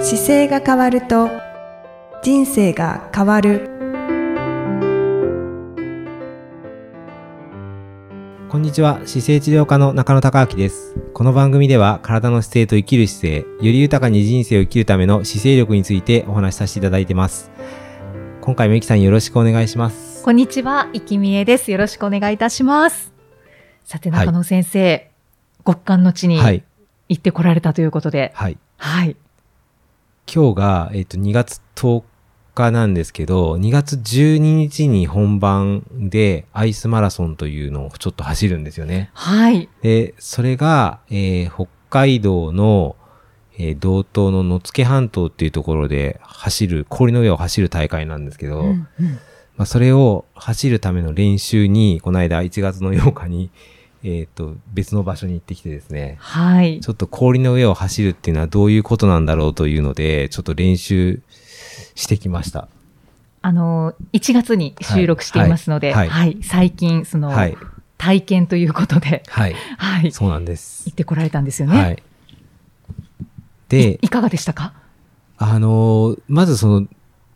姿勢が変わると人生が変わるこんにちは姿勢治療科の中野孝明ですこの番組では体の姿勢と生きる姿勢より豊かに人生を生きるための姿勢力についてお話しさせていただいてます今回もゆきさんよろしくお願いしますこんにちは、いきみえです。よろしくお願いいたします。さて、はい中野先生、極寒の地にはい行ってこられたということで、はいはい。今日がえっ、と2月10日なんですけど2月12日に本番でアイスマラソンというのをちょっと走るんですよねはい。で、それが、えー北海道の、えー道東の野付半島っていうところで走る、氷の上を走る大会なんですけど、うんうんまあ、それを走るための練習に、この間1月の8日に、えっ、と、別の場所に行ってきてですね、はい。ちょっと氷の上を走るっていうのはどういうことなんだろうというので、ちょっと練習してきました。あの、1月に収録していますので、ははいい。は最近、その、はい。体験ということで、はい。はい。行そうなんです。ってこられたんですよね。、はいい。で、かがでしたかあのーまずその、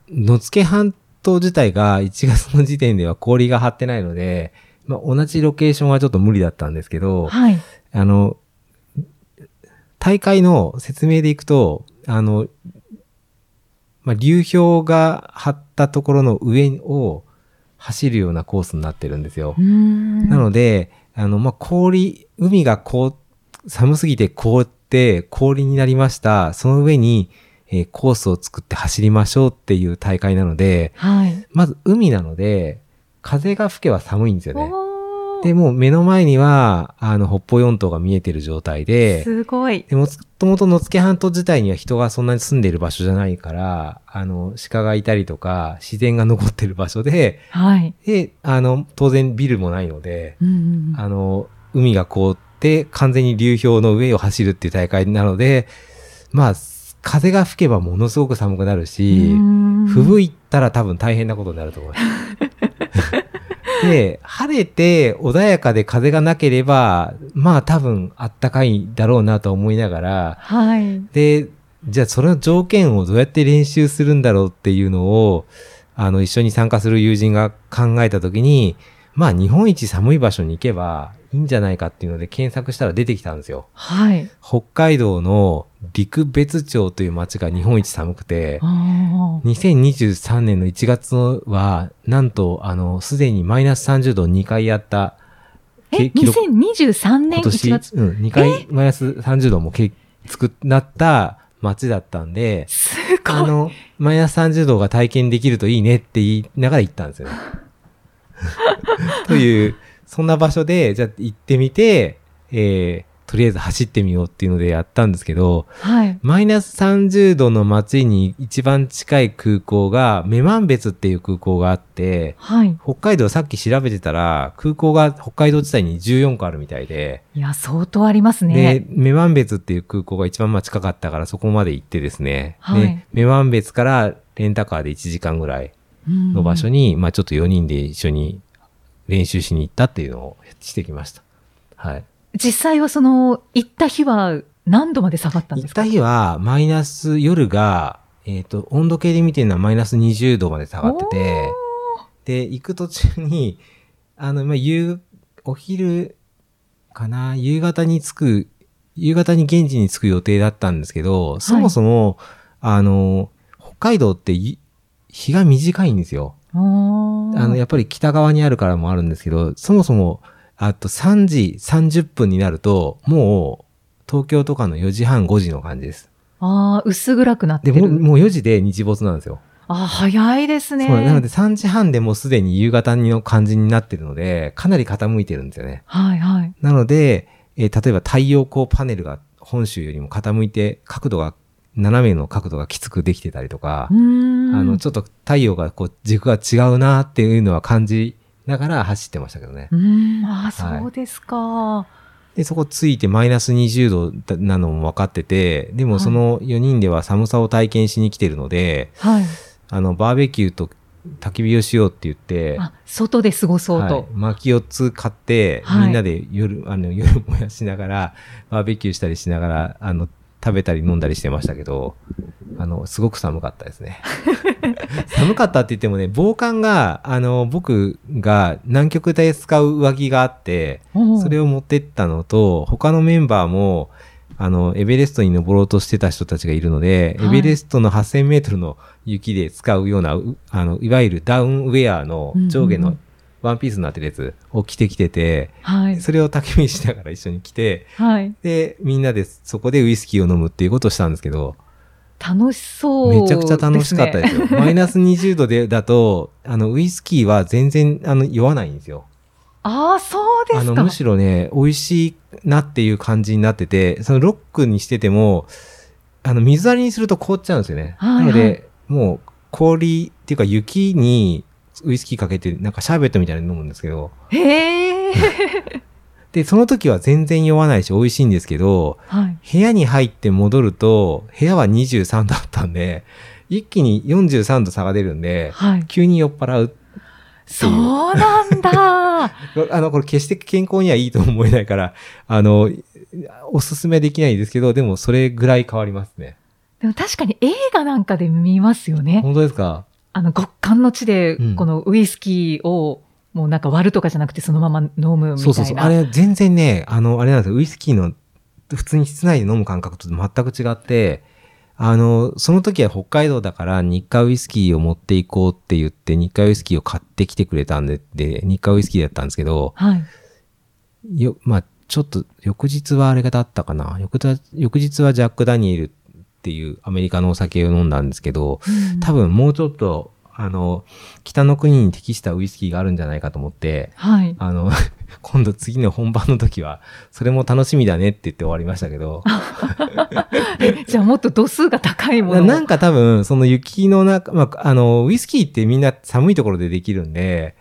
野付半島自体が1月の時点では氷が張ってないので、まあ、同じロケーションはちょっと無理だったんですけど、はい。あの、大会の説明でいくと、あの、まあ、流氷が張ったところの上を走るようなコースになってるんですよ。ななので、あの、まあ、氷、海がこう、寒すぎて凍って氷になりました。その上に、えーコースを作って走りましょうっていう大会なので、はい。まず海なので、風が吹けば寒いんですよね。おーで、もう目の前には、あの、北方四島が見えてる状態で、すごい。でもともと野付半島自体には人がそんなに住んでる場所じゃないから、あの、鹿がいたりとか、自然が残ってる場所で、はい。で、あの、当然ビルもないので、うんうんうんあの、海が凍って完全に流氷の上を走るっていう大会なので、まあ、風が吹けばものすごく寒くなるし、うん吹雪いたら多分大変なことになると思いま す。で、晴れて穏やかで風がなければ、まあ多分あったかいだろうなと思いながら、はい。で、じゃあその条件をどうやって練習するんだろうっていうのを、あの、一緒に参加する友人が考えたときに、まあ、日本一寒い場所に行けばいいんじゃないかっていうので検索したら出てきたんですよ。はい。北海道の陸別町という町が日本一寒くて、あー2023年の1月は、なんと、あの、すでにマイナス30度を2回やった、え、け記録2023年今1年、うん月。、 2回マイナス30度もけつく、なった町だったんで、すあごい。の、マイナス30度が体験できるといいねって言いながら行ったん ですよね。という、そんな場所で、じゃあ行ってみて、えー、とりあえず走ってみようっていうのでやったんですけど、はい。マイナス30度の街に一番近い空港が、女満別っていう空港があって、はい。北海道さっき調べてたら、空港が北海道自体に14個あるみたいで、いや、相当ありますね。で、女満別っていう空港が一番まあ近かったからそこまで行ってですね。はいで、女満別からレンタカーで1時間ぐらいのの場所に、まあちょっと4人で一緒に練習しに行ったっていうのをしてきました。はい。実際はその、行った日は何度まで下がったん行でっすかた日はマイナス、夜が、えっ、と、温度計で見てるのはマイナス20度まで下がってて、で、行く途中に、あの、まあ、夕、お昼かな、夕方に着く、夕方に現地に着く予定だったんですけど、そもそも、あの、北海道ってい日が短いんですよ。おーあの、やっぱり北側にあるからもあるんですけど、そもそも、あと3時30分になると、もう、東京とかの4時半、5時の感じです。あー薄暗くなってで、もうる。もう4時で日没なんですよ。あー早いですね。そうなので3時半でもうすでに夕方の感じになってるので、かなり傾いてるんですよね。はいはい。なので、えー例えば太陽光パネルが本州よりも傾いて、角度が、斜めの角度がきつくできてたりとかう、ーん。あの、ちょっと太陽がこう軸が違うなっていうのは感じながら走ってましたけどね。うーん、ああ、はいそうですか。で、そこついてマイナス20度だなのも分かってて、でもその4人では寒さを体験しに来てるので、はい。あの、バーベキューと焚き火をしようって言って、あ、外で過ごそうはいと。薪4つ買って、はい みんなで夜、あの、夜燃やしながら、バーベキューしたりしながら、あの、食べたり飲んだりしてましたけど、あの、すごく寒かったです ね。寒かったって言ってもね、防寒が、あの、僕が南極で使う上着があって、それを、を持ってったのと、他のメンバーも、あの、エベレストに登ろうとしてた人たちがいるので、はいエベレストの8000メートルの雪で使うような、うあの、いわゆるダウンウェアの上下うんうんのうんワンピースになってるやつを着てきてて、はい。それを焚き火しながら一緒に来て、はい。で、みんなでそこでウイスキーを飲むっていうことをしたんですけど、楽しそうです、ね。めちゃくちゃ楽しかったですよ。マイナス20度でだと、あの、ウイスキーは全然、あの、酔わないんですよ。ああ、そうであすの、か。むしろね、美味しいなっていう感じになってて、そのロックにしてても、あの、水割りにすると凍っちゃうんですよね。はいはないので、もう、氷っていうか雪にウイスキーかけて、なんかシャーベットみたいなの飲むんですけど、へえ。で、その時は全然酔わないし美味しいんですけど、はい。部屋に入って戻ると、部屋は23度あったんで、一気に43度差が出るんで、はい。急に酔っ払う。そうなんだ。 あの、これ決して健康にはいいと思えないから、 あの、おすすめできないですけど、でもそれぐらい変わりますね。でも確かに映画なんかで見ますよね。本当ですかあの、極寒の地でうん、このウイスキーを、もうなんか割るとかじゃなくてそのまま飲むみたいな。そうそうそう。あれ、全然ね、あの、あれなんですよ。ウイスキーの、普通に室内で飲む感覚と全く違って、あの、その時は北海道だから、日課ウイスキーを持っていこうって言って、日課ウイスキーを買ってきてくれたんで、で、日課ウイスキーだったんですけど、はい。よ、まあ、ちょっと、翌日はあれがだったかな。翌日は、翌日はジャック・ダニエルっていうアメリカのお酒を飲んだんですけど、うん多分もうちょっと、あの、北の国に適したウイスキーがあるんじゃないかと思って、はい。 あの、 今度次の本番の時は、それも楽しみだねって言って終わりましたけど、じゃあもっと度数が高いもなの。なんか多分、その雪の中、まあ、あの、ウイスキーってみんな寒いところでできるんで、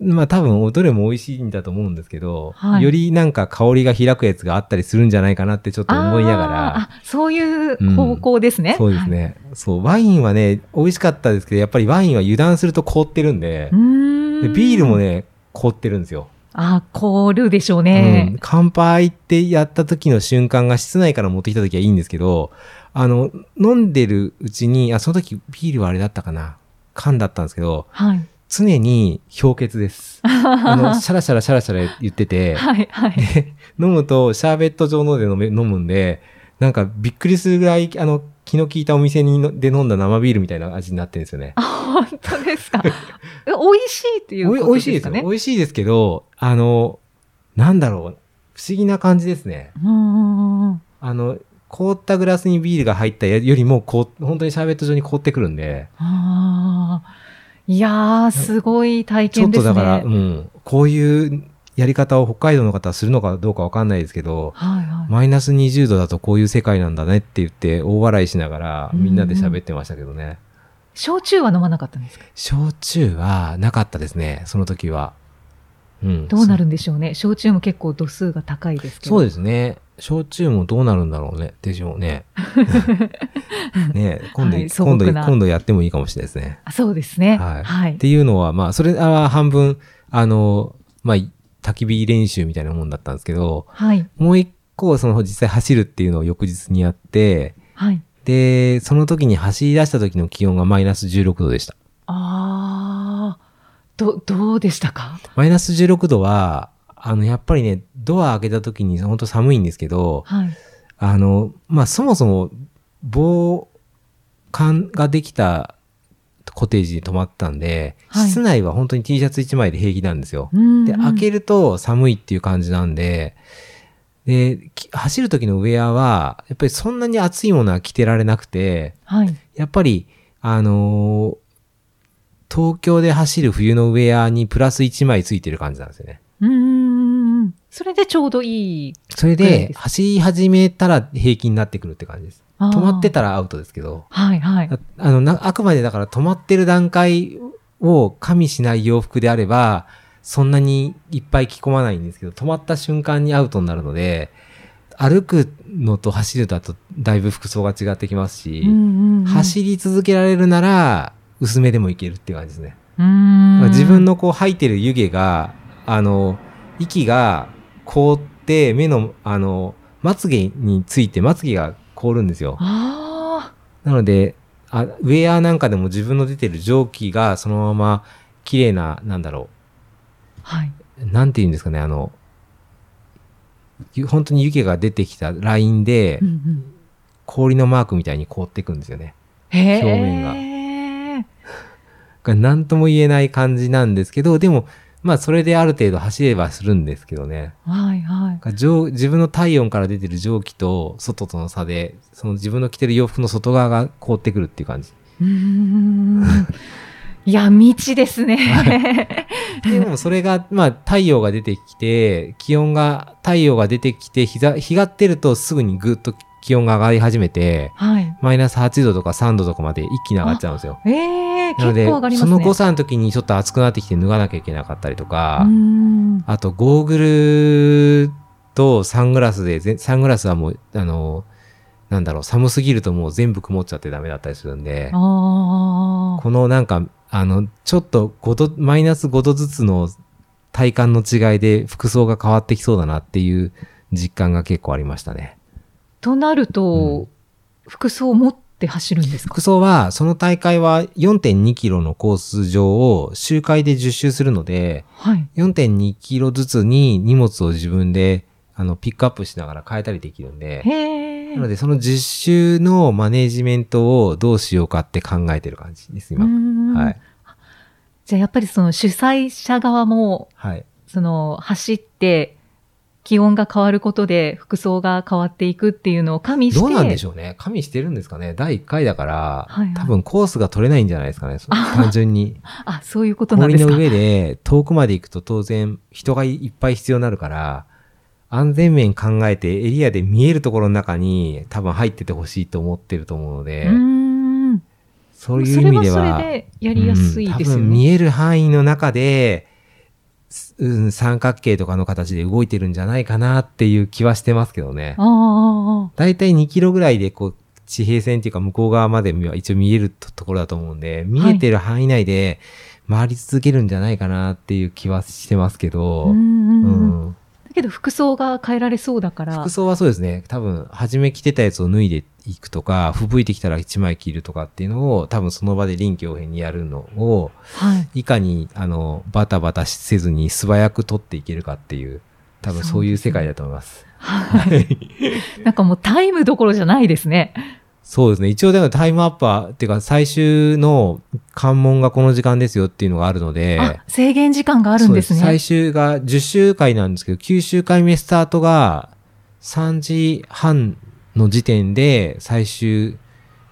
まあ多分、どれも美味しいんだと思うんですけど、はいよりなんか香りが開くやつがあったりするんじゃないかなってちょっと思いながあら、ーあそういう方向ですね。そうですはい。ね。そう、ワインはね、美味しかったですけど、やっぱりワインは油断すると凍ってるんでう、ーでん。ビールも。ね、凍ってるんですよ。あー凍るでしょううねん。乾杯ってやった時の瞬間が室内から持ってきた時はいいんですけど、あの、飲んでるうちに、あ、その時ビールはあれだったかな缶だったんですけど、はい。常に氷結です。あ の、シャラシャラシャラシャラ言ってて、はい、 はい。飲むとシャーベット状ので飲め飲むんで、なんかびっくりするぐらい、あの、気の利いたお店にので飲んだ生ビールみたいな味になってるんですよね。あ、本当です か。え美味しいっていうおい美こと味でしいですすかよ。ね。美味しいですけど、あの、なんだろう、不思議な感じですね。うんうんうんうんあの、凍ったグラスにビールが入ったよりも、こう、本当にシャーベット状に凍ってくるんで、ああ。いやー、すごい体ちょ験っでとすね。だから、うん、こういうやり方を北海道の方はするのかどうかわかんないですけど、はいはい。マイナス20度だとこういう世界なんだねって言って、大笑いしながら、みんなで喋ってましたけどね。焼酎は飲まなかったんですか焼酎はなかったですね、その時は。うん。どうなるんでしょうね。焼酎も結構度数が高いですけど。そうでですね。焼酎もどうなるんだろうね。でしょう ね。ね今度、はい素朴今度、な今度やってもいいかもしれないですね。す。そうですね。はいはっい。ていうのは、まあ、それは半分、あの、まあ、焚き火練習みたいなもんだったんですけど、はい。もう一個、その実際走るっていうのを翌日にやって、はい。で、その時に走り出した時の気温がマイナス16度でした。ああ。ど、どうでしたかマイナス16度は、あの、やっぱりね、ドア開けた時に本当寒いんですけど、はい。あの、まあ、そもそも防寒ができたコテージに泊まったんで、はい室内は本当に T シャツ1枚で平気なんですよ。うんうん。で、開けると寒いっていう感じなんで、で、き走る時のウェアは、やっぱりそんなに暑いものは着てられなくて、はい。やっぱり、あのー東京で走る冬のウェアにプラス1枚ついてる感じなんですよね。うんうんうん。それでちょうどいい。それぐらいでで、す走り始めたら平気になってくるって感じです。あー止まって。たらアウトですけど、はいはい。ああの、なあくまでだから止まってる段階を加味しない洋服であれば、そんなにいっぱい着込まないんですけど、止まった瞬間にアウトになるので、歩くのと走るだとだいぶ服装が違ってきますし、うんうんうん走り続けられるなら、薄めでもいけるっていう感じですね。うーん自分のこう吐いてる湯気が、あの、息が凍って、目の、あの、まつげについて、まつげが凍るんですよ。あなので、あウェアなんかでも自分の出てる蒸気がそのまま綺麗な、なんだろあ、はい。う、なんて言うんですかね、あの、ゆ本当に湯気が出てきたラインでうんうん、氷のマークみたいに凍っていくんですよね。へ表面が面が何とも言えない感じなんですけど、でも、まあそれである程度走ればするんですけどね。が。はいはい。が蒸自分の体温から出てる蒸気と外との差で、その自分の着てる洋服の外側が凍ってくるっていう感じ。うーん。いや、未知ですね。でもそれが、まあ太陽が出てきて、気温が、太陽が出てきて、日ざ日が出るとすぐにぐっと気温が上がり始めて、はい。マイナス8度とか3度とかまで一気に上がっちゃうんですよ。ええなの結で、構上がりますそね。の誤差の時にちょっと暑くなってきて脱がなきゃいけなかったりとか、うーん。あと、ゴーグルとサングラスで、ぜサングラスはもう、あの、なんだろう、寒すぎるともう全部曇っちゃってダメだったりするんで、ああ。このなんか、あの、ちょっと5度、マイナス5度ずつの体感の違いで服装が変わってきそうだなっていう実感が結構ありましたね。となるうと、服装を持って走るんですか服装は、その大会は4.2キロのコース上を周回で10周するので、はい。 4.2キロずつに荷物を自分で、あの、ピックアップしながら変えたりできるんで、へえ。なので、その実習のマネジメントをどうしようかって考えてる感じです、うー今。んはい。じゃあやっぱりその主催者側も、はい。その走って気温が変わることで服装が変わっていくっていうのを加味して。どうなんでしょょうね。加味してるんですかね。第1回だから、はいはい多分コースが取れないんじゃないですかね。そあ単純 に。うあ、そういうことなんで氷すのか。上で遠くまで行くと当然人がいっぱい必要になるから、安全面考えてエリアで見えるところの中に多分入っててほしいと思ってると思うのうで、ーん。そういう意味でそれは。はそれでやりやすいですようん多分ね。見える範囲の中で、すうん、三角形とかの形で動いてるんじゃないかなっていう気はしてますけどね。ああああだいたい2キロぐらいでこう地平線っていうか向こう側までは一応見えるとところだと思うんで、見えてる範囲内で回り続けるんじゃないかなっていう気はしてますけああ。ど、うんうんうん。うんだけど服装が変えられそうだから服。装はそうですね。多分、初め着てたやつを脱いでいくとか、吹雪いてきたら1枚着るとかっていうのを、多分その場で臨機応変にやるのを、はい。いかに、あの、バタバタせずに素早く取っていけるかっていう、多分そういう世界だと思います。はい。なんかもうタイムどころじゃないですね。そうですね。一応、でもタイムアップは、っていうか最終の関門がこの時間ですよっていうのがあるので、あ、制限時間があるんですね。そう最終が10周回なんですけど、9周回目スタートが3時半の時点で最終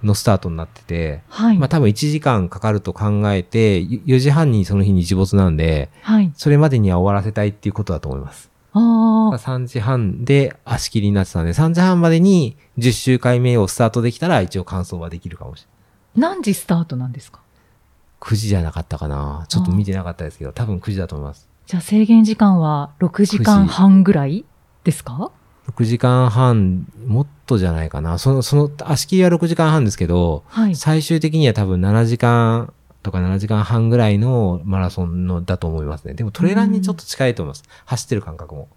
のスタートになってて、はい。まあ多分1時間かかると考えて、4時半にその日に日没なんで、はい。それまでには終わらせたいっていうことだと思います。ああ。 3時半で足切りになってたんで、3時半までに10周回目をスタートできたら一応完走はできるかもしれない。何時スタートなんですか9時じゃなかったかなちょっと見てなかったですけど、多分9時だと思います。じゃあ制限時間は6時間半ぐらいですか6時間半、もっとじゃないかな。その、その、足切りは6時間半ですけど、はい。最終的には多分7時間とか7時間半ぐらいのマラソンのだと思いますね。でもトレランにちょっと近いと思います。走ってる感覚も。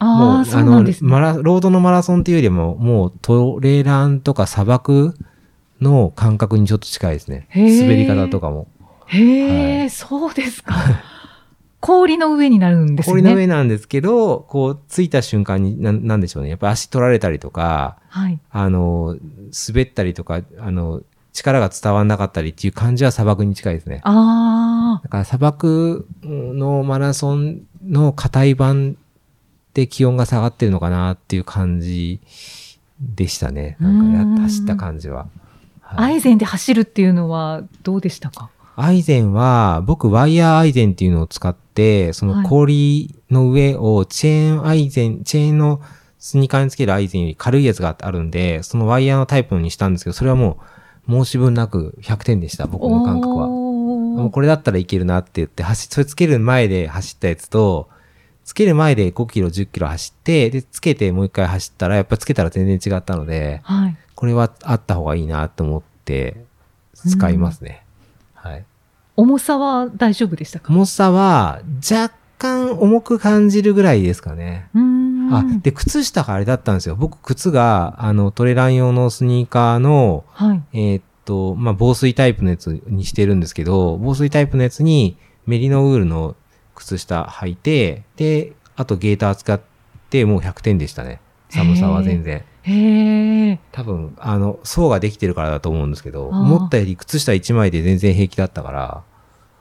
あもあ、そうなんですね。マラ、ロードのマラソンっていうよりも、もうトレランとか砂漠の感覚にちょっと近いですね。へー滑り方とかも。へえ、はそうですか。氷の上になるんですね。氷の上なんですけど、こう、着いた瞬間に、なんなんでしょうね。やっぱ足取られたりとか、はい。あの、滑ったりとか、あの、力が伝わんなかったりっていう感じは砂漠に近いですね。あだから砂漠のマラソンの硬い版で気温が下がってるのかなっていう感じでしたね。なんかうーんや走った感じは。あ、アはいイゼンで走るっていうのはどうでしたかアイゼンは、僕、ワイヤーアイゼンっていうのを使って、その氷の上をチェーンアイゼン、チェーンのスニーカーにつけるアイゼンより軽いやつがあるんで、そのワイヤーのタイプにしたんですけど、それはもう申し分なく100点でした、僕の感覚は。もおうーこれだったらいけるなって言って、走、それつける前で走ったやつと、つける前で5キロ、10キロ走って、で、つけてもう一回走ったら、やっぱつけたら全然違ったので、はい。これはあった方がいいなと思って、使いますね。はい。重さは大丈夫でしたか重さは、若干重く感じるぐらいですかね。うーん。あ、で、靴下があれだったんですよ。僕、靴が、あの、トレラン用のスニーカーの、はい。えーっと、まあ、防水タイプのやつにしてるんですけど、防水タイプのやつにメリノウールの靴下履いて、で、あとゲーター使って、もう100点でしたね。寒さは全然。へえ。多分、あの、層ができてるからだと思うんですけど、あー思ったより靴下1枚で全然平気だったから、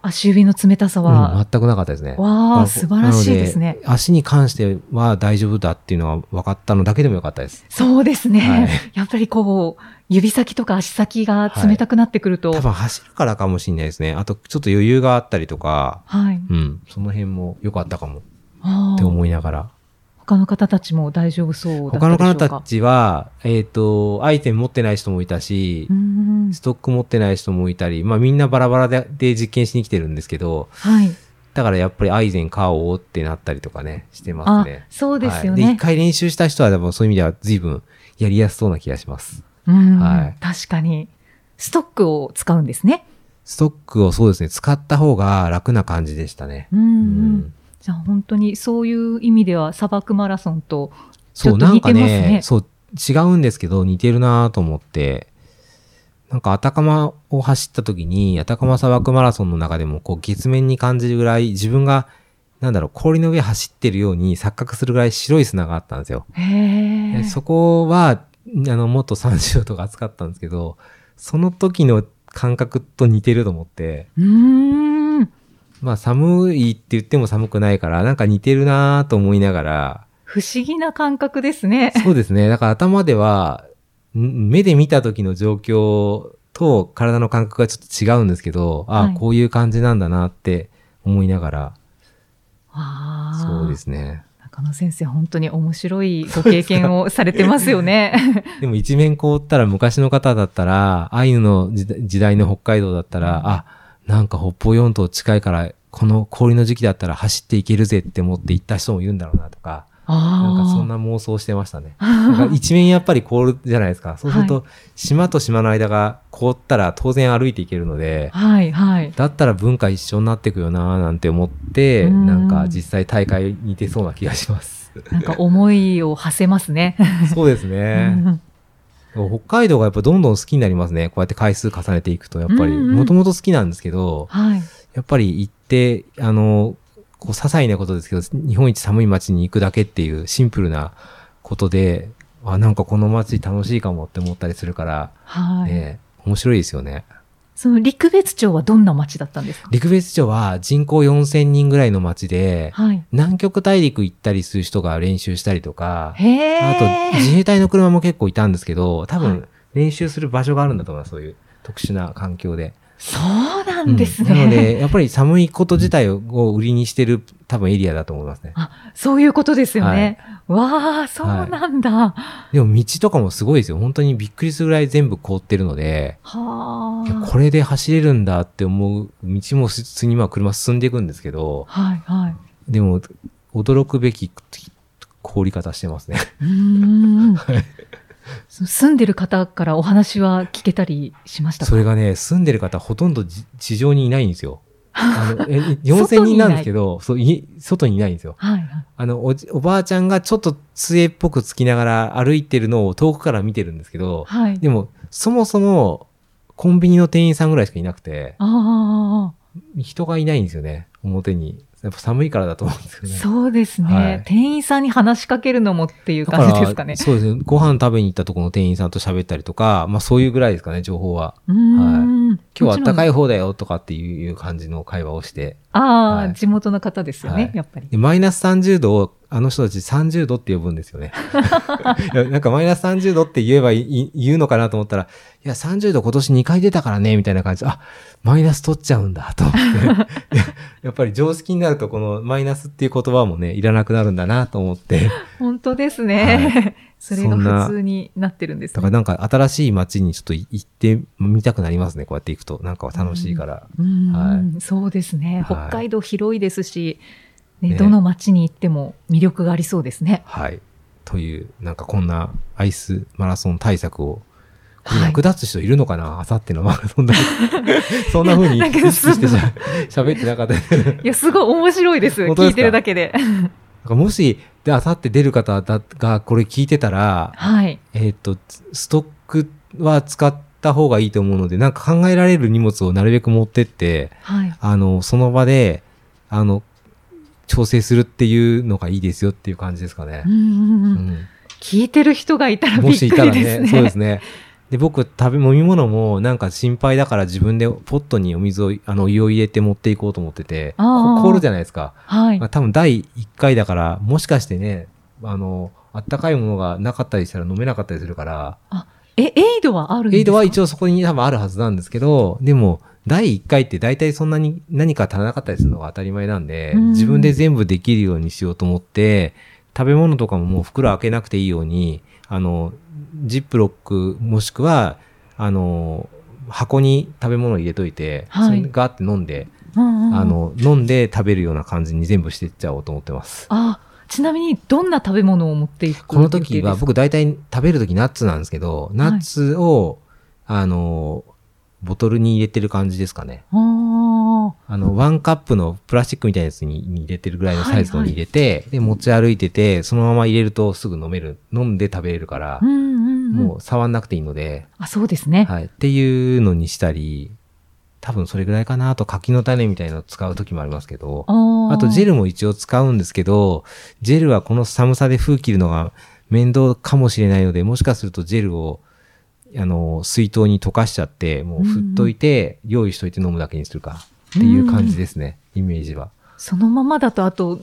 足指の冷たさうんは。全くなかったですね。わまあ、あ素晴らしいです。なねの。足に関しては大丈夫だっていうのは分かったのだけでもよかったです。そうですね、はい やっぱりこう、指先とか足先が冷たくなってくると。多分走るからかもしれないですね。あと、ちょっと余裕があったりとか、はい。うん、その辺も良かったかもあってあ思いながら。他の方たちも大丈夫そう他だったでしょうのか。方たちは、えっ、と、アイテム持ってない人もいたしう、ん。ストック持ってない人もいたり、まあみんなバラバラでで実験しに来てるんですけど、はい。だからやっぱりアイゼン買おうってなったりとかね、してまあすね。、そうですよはいでね一。回練習した人は、でもそういう意味では随分やりやすそうな気がします。うん、はい確かに。ストックを使うんですね。ストックをそうですね、使った方が楽な感じでしたね。うん、うんうんじゃあ本当にそういう意味では砂漠マラソンと、そちょう、っとなん似てかますねね、そう、違うんですけど、似てるなと思って、なんか、アタカマを走った時に、アタカマ砂漠マラソンの中でも、こう、月面に感じるぐらい、自分が、なんだろう、氷の上走ってるように錯覚するぐらい白い砂があったんですよ。へでえ。そこは、あの、もっと30度とか暑かったんですけど、その時の感覚と似てると思って、うーん。まあ、寒いって言っても寒くないから、なんか似てるなと思いながら、 不思議な感覚ですね。そうですね。だから頭では、ん目で見た時の状況と体の感覚がちょっと違うんですけど、はあいこういう感じなんだなって思いながら、ああ。そうですね。中野先生、本当に面白いご経験をされてますよ ね。でも一面凍ったら昔の方だったら、アイヌの時代時代の北海道だったら、あ、なんか北方四島近いから、この氷の時期だったら走っていけるぜって思って行った人もいるんだろうなとか、あなあ。んかそんな妄想してましたね。 なんか一面やっぱり凍るじゃないですか。そうすると、島と島の間が凍ったら当然歩いていけるので、はいはい。だったら文化一緒になっていくよなーなんて思って、うんなんか実際大会に出そうな気がし ます。なんか思いを馳せますね。そうですうね。ん北海道がやっぱどんどん好きになりますね。こうやって回数重ねていくと、やっぱり、うんうんもともと好きなんですけど、 はい。やっぱり行って、あの、こう、些細なことですけど、日本一寒い町に行くだけっていうシンプルなことで、あ、なんかこの町楽しいかもって思ったりするから、はい。ね、面白いですよね。その陸別町はどんな町だったんですか陸別町は人口4000人ぐらいの町で、はい。南極大陸行ったりする人が練習したりとか、へえ。あと自衛隊の車も結構いたんですけど、多は分練習する場所があるんだと思います、そういう特殊な環境で。そうなんですね。うんなので、やっぱり寒いこと自体を売りにしてる多分エリアだと思いますね。そういうことですよね。わあ、そうなんだ。はでも道とかもすごいですよ。本当にびっくりするぐらい全部凍ってるので、いやあ。これで走れるんだって思う道も普通にまあ車進んでいくんですけど、はいはい。でも驚くべき凍り方して ますね。う ーん。その住んでる方からお話は聞けたりしましたかそれがね、住んでる方ほとんどじ地上にいないんですよ。あのえ 外4000にい人なないんですけど、そうい外にいないんですよ。はいはい。あのおじ、おばあちゃんがちょっと杖っぽくつきながら歩いてるのを遠くから見てるんですけど、はい。でも、そもそもコンビニの店員さんぐらいしかいなくて、あ人がいないんですよね、表に。やっぱ寒いからだと思うんですけあ、ど ね。そうですね、はい店員さんに話しかけるのもっていうだから感じですかね。そうですね。ご飯食べに行ったとこの店員さんと喋ったりとか、まあそういうぐらいですかね、情報は。うーん。今日は暖かい。い方だよとかっていう感じの会話をして、ああ、はい地元の方ですよね、はいやっぱり。でマイナス30度を、あの人たち30度って呼ぶんですよね。いやなんかマイナス30度って言えばいい言うのかなと思ったら、いや、30度今年2回出たからね、みたいな感じで、あ、マイナス取っちゃうんだ、と思っていや。やっぱり常識になると、このマイナスっていう言葉もね、いらなくなるんだなと思って。本当ですね。 それが普通になってるんですだねからなんか新しい街にちょっと行ってみたくなりますね、こうやって行くと。なんか楽しいから。うーん、はそうですね。はい北海道広いですし、ねねどの町に行っても魅力がありそうで すね。はい。という、なんかこんなアイスマラソン対策を、これはい役立つ人いるのかなあさってのマラソンだ けそんな風にい意やだけど識してしゃ 喋ってなかった。いや、すごい面白いです。本当聞でいすかてるだけで。からもし、で、当たって出る方だがこれ聞いてたら、はい。えっ、と、ストックは使った方がいいと思うので、なんか考えられる荷物をなるべく持ってって、はい。あの、その場で、あの、調整するっていうのがいいですよっていう感じですかねう。んうんうんうん聞いてる人がい たらびもっくしいたりらですね、ね。そうですね。で、僕、食べ、飲み物もなんか心配だから自分でポットにお水を、あの、お湯を入れて持っていこうと思ってて、あーこ凍るじゃないですか。 はいまあ、。多分第1回だから、もしかしてね、あの、あったかいものがなかったりしたら飲めなかったりするから、え、エイドはあるんですかエイドは一応そこに多分あるはずなんですけど、でも、第1回って大体そんなに何か足らなかったりするのが当たり前なんで、うん自分で全部できるようにしようと思って、食べ物とかももう袋開けなくていいように、あの、ジップロックもしくは、あの、箱に食べ物を入れといて、はいそれガーって飲んで、うんうんうんあの、飲んで食べるような感じに全部してっちゃおうと思ってます。あ、ちなみにどんな食べ物を持っていくこの時は予定ですか僕大体食べる時ナッツなんですけど、ナッツを、あの、ボトルに入れてる感じですかね。あーあの、ワンカップのプラスチックみたいなやつにに入れてるぐらいのサイズのはいにはい入れて、で、持ち歩いてて、そのまま入れるとすぐ飲める、飲んで食べれるからう、んうんうんもう触んなくていいので、あ、そうですね。はい、っていうのにしたり、多分それぐらいかなあと柿の種みたいなの使う時もありますけど、ああとジェル。ルも一応使うんですけど、ジェルはこの寒さで風切るのが面倒かもしれないので、もしかするとジェルを、あの、水筒に溶かしちゃって、もう振っといて、用意しといて飲むだけにするか、っていう感じですね、イメージは。そのままだと、あと、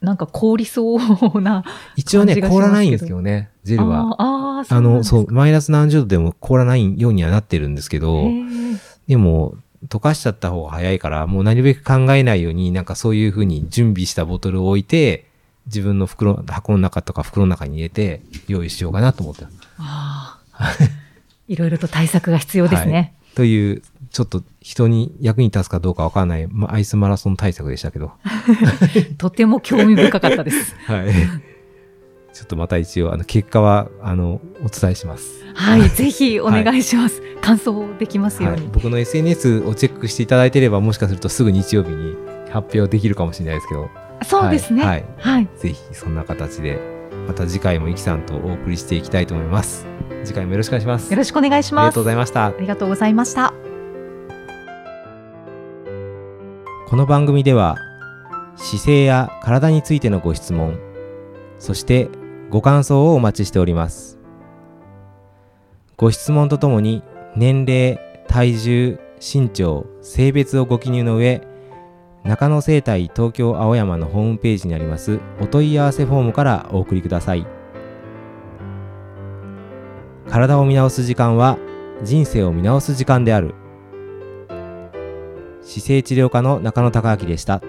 なんか凍りそうな。一応感ね、じがします凍けどらないんですけどね、ジェルは。あーあー、あの、うそう、マイナス何十度でも凍らないようにはなってるんですけど、なんですね。でも、溶かしちゃった方が早いから、もうなるべく考えないように、なんかそういうふうに準備したボトルを置いて、自分の袋、箱の中とか袋の中に入れて、用意しようかなと思ってます。へーあーいろいろと対策が必要ですね。という、ちょっと人に役に立つかどうかわからない、まあアイスマラソン対策でしたけ ど。とても興味深かっ たです。はい。ちょっとまた一応、あの、結果は、あの、お伝えします。はい、ぜひお願いします。感想できますよはういに。、僕の SNS をチェックしていただいてれば、もしかするとすぐ日曜日に発表できるかもしれないですけど。そうですね。はいはいはいぜひそんな形でまた次回もイキさんとお送りしていきたいと思います次回もよろしくお願いしますよろしくお願いしありまがとす。うございましたありがとうございました。この番組では姿勢や体についてのご質問そしてご感想をお待ちしておりますご質問とともに年齢体重身長性別をご記入の上中野生態東京青山のホームページにありますお問い合わせフォームからお送りください体を見直す時間は人生を見直す時間である姿勢治療科の中野孝明でした。